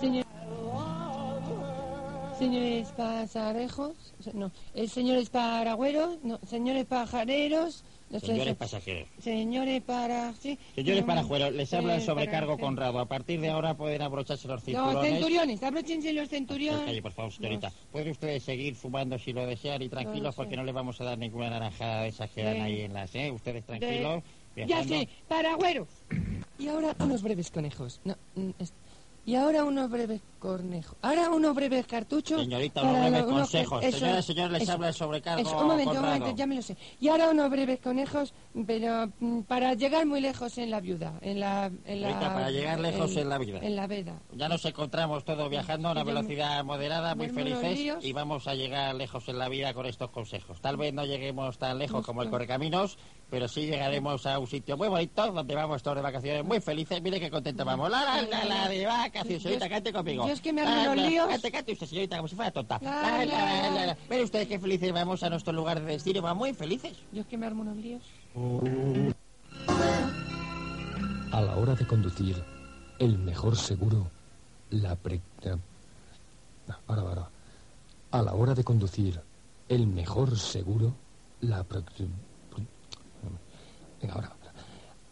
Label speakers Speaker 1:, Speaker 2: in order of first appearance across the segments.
Speaker 1: señor, señores pasarejos, no, eh, señores paragüeros, no, señores pajareros, no sé,
Speaker 2: Señores
Speaker 1: se-
Speaker 2: pasajeros.
Speaker 1: señores para, sí,
Speaker 2: Señores
Speaker 1: no,
Speaker 2: parajueros, les habla el
Speaker 1: eh,
Speaker 2: sobrecargo
Speaker 1: para-
Speaker 2: Conrado. A partir de ahora pueden abrocharse los
Speaker 1: Los
Speaker 2: cinturones.
Speaker 1: centuriones, abróchense los
Speaker 2: Por
Speaker 1: centuriones.
Speaker 2: calle, por favor, señorita. Pueden ustedes seguir fumando si lo desean y
Speaker 1: No,
Speaker 2: tranquilos
Speaker 1: sí.
Speaker 2: porque no les vamos a dar ninguna naranjada de esas que dan
Speaker 1: Sí.
Speaker 2: ahí en las, ¿eh? Ustedes
Speaker 1: De-
Speaker 2: tranquilos.
Speaker 1: Ya
Speaker 2: viajando.
Speaker 1: sé, paragüeros.
Speaker 3: Y ahora unos breves conejos. No, mm, es- y ahora unos breves cornejos. Ahora unos breves cartuchos.
Speaker 2: Señorita,
Speaker 3: para
Speaker 2: unos breves
Speaker 3: lo- unos-
Speaker 2: consejos.
Speaker 3: eso
Speaker 2: Señoras y
Speaker 3: es,
Speaker 2: señores, les
Speaker 3: eso.
Speaker 2: habla el sobrecargo
Speaker 3: Eso, un momento, un
Speaker 2: Conrado.
Speaker 3: momento, ya me lo sé. Y ahora unos breves conejos, pero mm, para llegar muy lejos en la viuda. En la, en la-
Speaker 2: Señorita, para llegar lejos en la vida.
Speaker 3: En la veda.
Speaker 2: Ya nos encontramos todos viajando a una
Speaker 3: Ya me-
Speaker 2: velocidad moderada, muy
Speaker 3: me armo los
Speaker 2: felices,
Speaker 3: líos.
Speaker 2: y vamos a llegar lejos en la vida con estos consejos. Tal vez no lleguemos tan lejos
Speaker 3: Nos-
Speaker 2: como el Correcaminos, pero sí llegaremos a un sitio muy bonito donde vamos todos de vacaciones muy felices. Mire qué contentos vamos. La, la, la, la de vacaciones, señorita,
Speaker 3: Mm. Yo-
Speaker 2: cante conmigo.
Speaker 3: yo es que me armo
Speaker 2: La,
Speaker 3: los
Speaker 2: la,
Speaker 3: líos.
Speaker 2: Cante, cante usted, señorita, como si fuera tonta.
Speaker 3: La,
Speaker 2: La, la,
Speaker 3: la,
Speaker 2: la, la. Mire ustedes qué felices vamos a nuestro lugar de destino, vamos muy felices.
Speaker 3: Yo es que me armo unos líos.
Speaker 4: A la hora de conducir, el mejor seguro, la pre... eh, no, Ahora, ahora. A la hora de conducir, el mejor seguro, la pre... pre- Venga, ahora. ahora.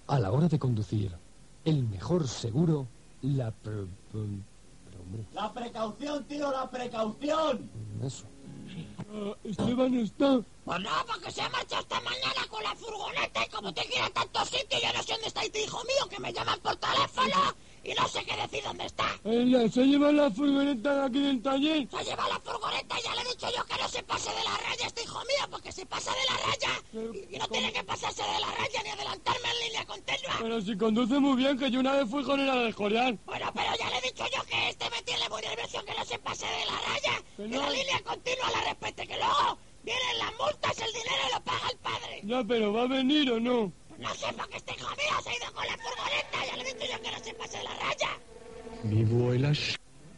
Speaker 4: A la hora de conducir, el mejor seguro, la pre... pre- Pero, hombre,
Speaker 2: La precaución, tío, la precaución.
Speaker 4: eso.
Speaker 3: Eh, Esteban está.
Speaker 2: Pues no, porque se ha marchado esta mañana con la furgoneta y como te quiera tanto sitio, yo no sé dónde está este hijo mío que me llaman por teléfono y no sé qué decir dónde está.
Speaker 3: eh, se lleva la furgoneta de aquí del taller.
Speaker 2: Se lleva la furgoneta y ya le he dicho yo que no se pase de la raya este hijo mío, porque se pasa de la raya y, y no tiene que pasarse de la raya ni adelantarme en línea continua.
Speaker 3: Pero si conduce muy bien, que yo una vez fui con el alcoreán.
Speaker 2: Bueno, pero ya le he dicho yo que este me tiene muy nervioso que no se pase de la raya y la línea continua la respete, que luego vienen las multas, el dinero y lo paga el padre.
Speaker 3: Ya, pero ¿va a venir o no?
Speaker 2: No sé por qué este hijo mío se ha ido con la furgoneta, ya le he dicho yo que no se pase de la raya.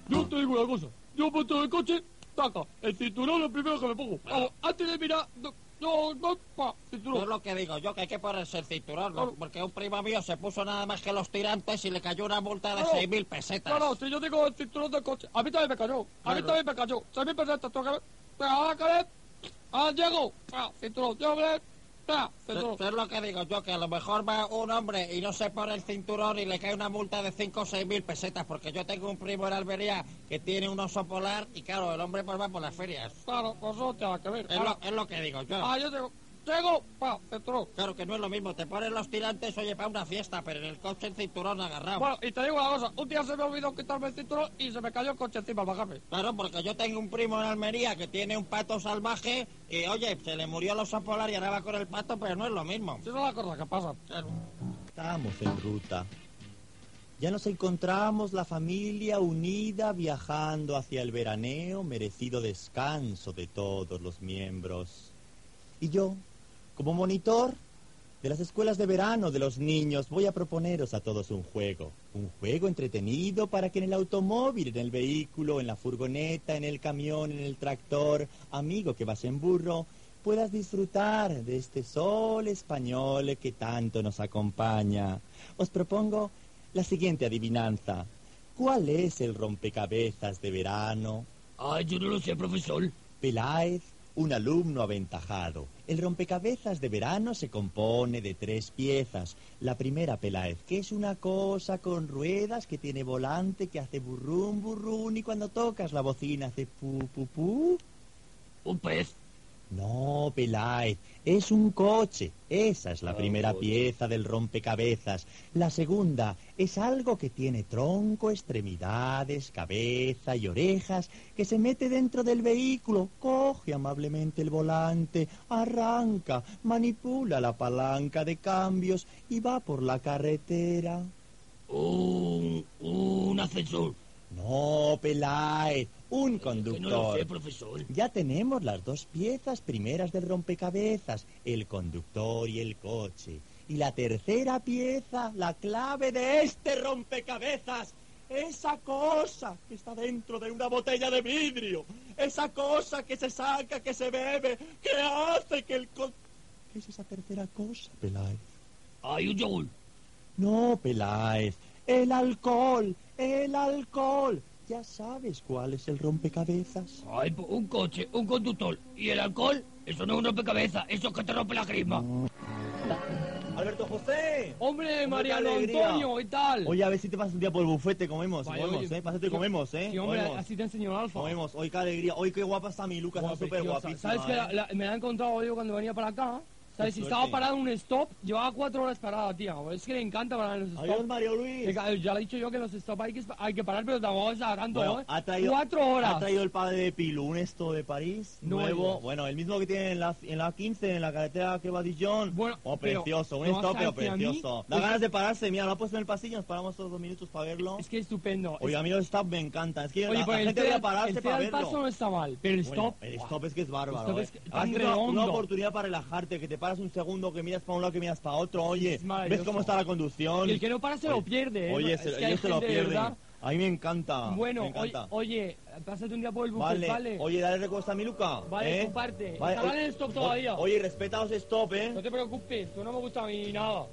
Speaker 3: Yo te digo una cosa. Yo puesto el coche, taca. El cinturón lo primero que me pongo. Vamos, antes de mirar... No, no, no, pa,
Speaker 2: Yo
Speaker 3: cinturón.
Speaker 2: lo que digo, yo que hay que ponerse el cinturón, lo- porque un primo mío se puso nada más que los tirantes y le cayó una multa de
Speaker 3: Claro.
Speaker 2: 6.000 pesetas.
Speaker 3: No, no, si yo tengo el cinturón del coche. A mí también me cayó. A mí
Speaker 2: Claro.
Speaker 3: también me cayó. Se me presenta, tengo que ver. Pues, Pero ahora que ver. Ah, llego. Pa, cinturón. Yo ver. ah, Pa, cinturón.
Speaker 2: Eso es lo que digo yo, que a lo mejor va un hombre y no se pone el cinturón y le cae una multa de 5 o 6 mil pesetas, porque yo tengo un primo en Almería que tiene un oso polar y claro, el hombre pues va por las ferias.
Speaker 3: Claro, pues eso tiene que ver.
Speaker 2: Es
Speaker 3: Ahora,
Speaker 2: lo, es lo que digo yo.
Speaker 3: Ah, yo digo, llego, pa, cinturón.
Speaker 2: Claro que no es lo mismo, te ponen los tirantes, oye, para una fiesta, pero en el coche el cinturón
Speaker 5: Ah.
Speaker 2: agarrado.
Speaker 3: Bueno, y te digo una cosa, un día se me olvidó quitarme el cinturón y se me cayó el coche encima al bajarme.
Speaker 2: Claro, porque yo tengo un primo en Almería que tiene un pato salvaje y, oye, se le murió el oso polar y ahora va con el pato, pero no es lo mismo.
Speaker 3: Si son las cosas que pasan.
Speaker 2: Claro.
Speaker 6: Estamos en ruta. Ya nos encontramos la familia unida viajando hacia el veraneo, merecido descanso de todos los miembros. Y yo, como monitor de las escuelas de verano de los niños, voy a proponeros a todos un juego. Un juego entretenido para que en el automóvil, en el vehículo, en la furgoneta, en el camión, en el tractor, amigo que vas en burro, puedas disfrutar de este sol español que tanto nos acompaña. Os propongo la siguiente adivinanza. ¿Cuál es el rompecabezas de verano?
Speaker 5: Ay, yo no lo sé, profesor.
Speaker 6: Peláez, un alumno aventajado. El rompecabezas de verano se compone de tres piezas. La primera, Peláez, que es una cosa con ruedas que tiene volante, que hace burrún, burrún, y cuando tocas la bocina hace pu, pu, pu.
Speaker 5: Un pez.
Speaker 6: No, Peláez, es un coche. Esa es la
Speaker 5: Ah,
Speaker 6: primera
Speaker 5: coche.
Speaker 6: pieza del rompecabezas. La segunda es algo que tiene tronco, extremidades, cabeza y orejas, que se mete dentro del vehículo, coge amablemente el volante, arranca, manipula la palanca de cambios y va por la carretera.
Speaker 5: Un, un ascensor.
Speaker 6: No, Peláez,
Speaker 5: Que no
Speaker 6: un
Speaker 5: lo
Speaker 6: conductor.
Speaker 5: sé, profesor.
Speaker 6: Ya tenemos las dos piezas primeras del rompecabezas, el conductor y el coche. Y la tercera pieza, la clave de este rompecabezas, esa cosa que está dentro de una botella de vidrio, esa cosa que se saca, que se bebe, que hace que el... co- ¿Qué es esa tercera cosa, Peláez?
Speaker 5: Ay, un yogur.
Speaker 6: No, Peláez, el alcohol, el alcohol. Ya sabes cuál es el rompecabezas.
Speaker 5: Ay, pues un coche, un conductor y el alcohol. Eso no es un rompecabezas, eso es que te rompe la crisma.
Speaker 6: Alberto José.
Speaker 3: Hombre,
Speaker 6: Hombre,
Speaker 3: Mariano
Speaker 6: qué alegría.
Speaker 3: Antonio, ¿qué tal?
Speaker 6: Oye, a ver si te pasas un día por el bufete, comemos,
Speaker 3: Vaya,
Speaker 6: comemos,
Speaker 3: oye,
Speaker 6: eh. Pásate y
Speaker 3: yo-
Speaker 6: comemos, eh.
Speaker 3: Sí, hombre,
Speaker 6: comemos.
Speaker 3: así te enseñó Alfa.
Speaker 6: Comemos, hoy qué alegría, hoy qué guapa está mi Lucas,
Speaker 3: Guau,
Speaker 6: está súper
Speaker 3: preciosa.
Speaker 6: guapísima.
Speaker 3: ¿Sabes que
Speaker 6: eh.
Speaker 3: la- la- me la he encontrado yo cuando venía para acá? ¿Sabes?
Speaker 6: Qué
Speaker 3: Si estaba
Speaker 6: suerte.
Speaker 3: parada en un stop, llevaba cuatro horas parada, tía. Es que le encanta parar en los
Speaker 6: Adiós,
Speaker 3: stop.
Speaker 6: Mario Luis.
Speaker 3: Ya- Ya le he dicho yo que en los stop hay que, hay que parar, pero tampoco es tanto,
Speaker 6: Bueno,
Speaker 3: ¿eh?
Speaker 6: ha traído,
Speaker 3: Cuatro
Speaker 6: ha
Speaker 3: horas.
Speaker 6: traído el padre de Pilu, un esto de París,
Speaker 3: No,
Speaker 6: nuevo.
Speaker 3: yo-
Speaker 6: Bueno, el mismo que tiene en la, en la 15, en la carretera que va a Dijon.
Speaker 3: Bueno,
Speaker 6: Oh,
Speaker 3: pero-
Speaker 6: precioso, un
Speaker 3: no,
Speaker 6: esto,
Speaker 3: ¿sabes
Speaker 6: pero
Speaker 3: que a mí? Pues-
Speaker 6: precioso. Da
Speaker 3: Oye,
Speaker 6: ganas de pararse, mira, lo ha puesto en el pasillo, nos paramos todos dos minutos para verlo.
Speaker 3: Es que es estupendo.
Speaker 6: Oye, a mí los stops me encantan, es que
Speaker 3: Oye,
Speaker 6: la,
Speaker 3: pero
Speaker 6: la
Speaker 3: el
Speaker 6: gente
Speaker 3: tren-
Speaker 6: debería pararse
Speaker 3: el tren
Speaker 6: para
Speaker 3: al
Speaker 6: verlo.
Speaker 3: paso no está mal, pero el
Speaker 6: Bueno,
Speaker 3: stop...
Speaker 6: el stop es que es bárbaro.
Speaker 3: stop
Speaker 6: eh.
Speaker 3: es que-
Speaker 6: Además,
Speaker 3: tan
Speaker 6: es una, una
Speaker 3: redondo.
Speaker 6: oportunidad para relajarte, que te paras un segundo, que miras para un lado, que miras para otro. Oye,
Speaker 3: Es
Speaker 6: ves
Speaker 3: maravilloso.
Speaker 6: cómo está la conducción.
Speaker 3: Y el que no para se lo
Speaker 6: Oye,
Speaker 3: pierde, ¿eh?
Speaker 6: Oye,
Speaker 3: Es
Speaker 6: se,
Speaker 3: que hay
Speaker 6: ellos se lo
Speaker 3: gente de
Speaker 6: pierden.
Speaker 3: verdad.
Speaker 6: A mí me encanta.
Speaker 3: Bueno,
Speaker 6: me
Speaker 3: oye,
Speaker 6: encanta.
Speaker 3: oye, pásate un día por el buffet,
Speaker 6: Vale.
Speaker 3: ¿vale?
Speaker 6: oye, dale recuesta a mi Luca.
Speaker 3: Vale,
Speaker 6: ¿eh?
Speaker 3: comparte.
Speaker 6: Vale,
Speaker 3: Estarán
Speaker 6: oye-
Speaker 3: en el stop todavía.
Speaker 6: o- Oye, respeta los stop,
Speaker 3: No
Speaker 6: eh.
Speaker 3: te preocupes, tú no me gusta a mí nada.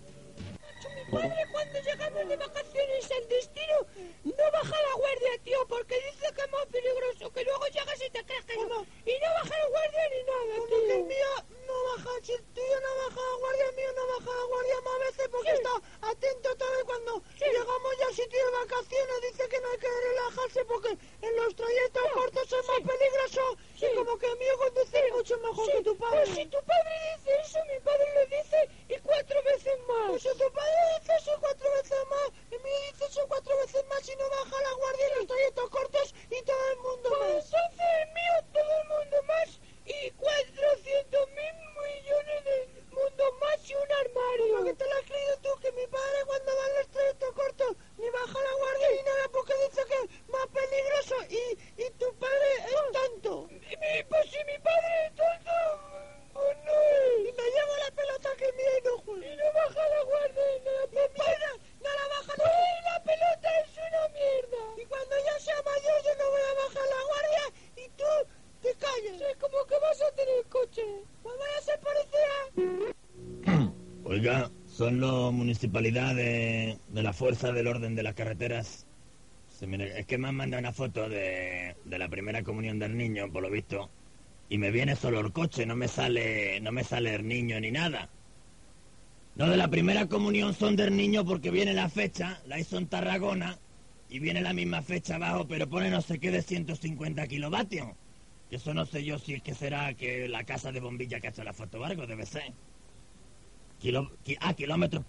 Speaker 7: Padre, cuando llegamos de vacaciones al destino, no baja la guardia, tío, porque dice que es más peligroso, que luego llegas y te crees que no. Y no baja la guardia ni nada, tío. El mío no baja, si el tuyo no baja la guardia, el mío no baja la guardia más veces porque está atento todo y cuando llegamos ya al sitio de vacaciones dice que no hay que relajarse porque en los trayectos cortos es más peligroso y como que el mío conduce mucho mejor que tu padre. si tu padre dice eso, mi padre lo dice y cuatro veces más. Pues si tu padre dice eso cuatro veces más, el mío dice eso cuatro veces más y no baja la guardia en los trayectos cortos y todo el mundo más. Entonces el mío todo el mundo más y 400 mil millones de mundo más y un armario. Porque te lo has creído tú, que mi padre cuando va en los trayectos cortos ni baja la guardia ni nada porque dice que es más peligroso y, y tu padre es tonto. Pues si mi padre es tonto, pues no Y me llevo la pelota que mi no juega. Y no baja la guardia ni nada. Mi padre no la baja la la pelota es una mierda. Y cuando ya sea mayor yo no voy a bajar la guardia y tú te callas. Es como que vas a tener coche. Pues voy a ser policía.
Speaker 6: Oiga, son la municipalidad de, la fuerza del orden de las carreteras. es que me han mandado una foto de, la primera comunión del niño, por lo visto. Y me viene solo el coche, no me sale, no me sale el niño ni nada. No, de la primera comunión son del niño porque viene la fecha, la hizo en Tarragona, y viene la misma fecha abajo, pero pone no sé qué de 150 kilovatios. Y Eso no sé yo si es que será que la casa de bombilla que ha hecho la foto o algo, debe ser. Kilo- ki- ah, kilómetros.